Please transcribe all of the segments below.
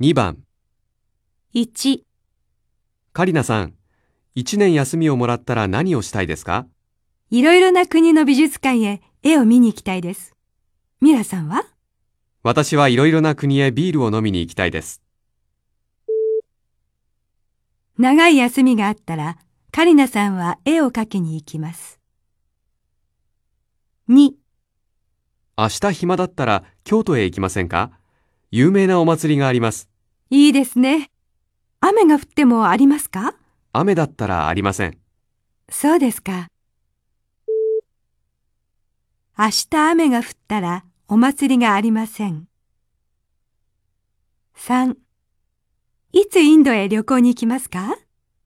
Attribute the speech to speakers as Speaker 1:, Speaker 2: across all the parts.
Speaker 1: 2番、
Speaker 2: 1、
Speaker 1: カリナさん、1年休みをもらったら何をしたいですか
Speaker 2: いろいろな国の美術館へ絵を見に行きたいです。ミラさんは
Speaker 1: 私はいろいろな国へビールを飲みに行きたいです。
Speaker 2: 長い休みがあったら、カリナさんは絵を描きに行きます。2、
Speaker 1: 明日暇だったら京都へ行きませんか有名なお祭りがあります。
Speaker 2: いいですね。雨が降ってもありますか
Speaker 1: 雨だったらありません。
Speaker 2: そうですか。明日雨が降ったらお祭りがありません。3. いつインドへ旅行に行きますか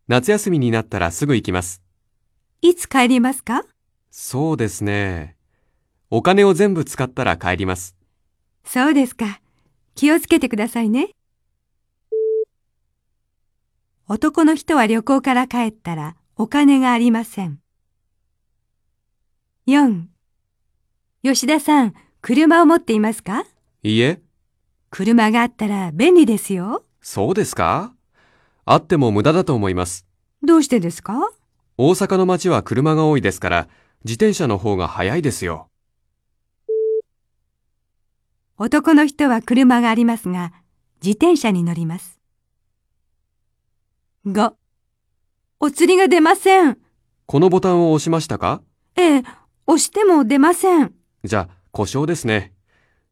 Speaker 1: 夏休みになったらすぐ行きます。
Speaker 2: いつ帰りますか
Speaker 1: そうですね。お金を全部使ったら帰ります。
Speaker 2: そうですか。気をつけてくださいね。男の人は旅行から帰ったらお金がありません。4. 吉田さん、車を持っていますか
Speaker 1: いいえ、
Speaker 2: 車があったら便利ですよ。
Speaker 1: そうですかあっても無駄だと思います。
Speaker 2: どうしてですか
Speaker 1: 大阪の街は車が多いですから、自転車の方が早いですよ。
Speaker 2: 男の人は車がありますが、自転車に乗ります。5. お釣りが出ません。
Speaker 1: このボタンを押しましたか
Speaker 2: ええ、押しても出ません。
Speaker 1: じゃあ、故障ですね。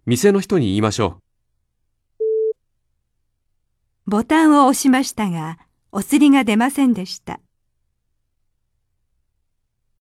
Speaker 1: 店の人に言いましょう。
Speaker 2: ボタンを押しましたが、お釣りが出ませんでした。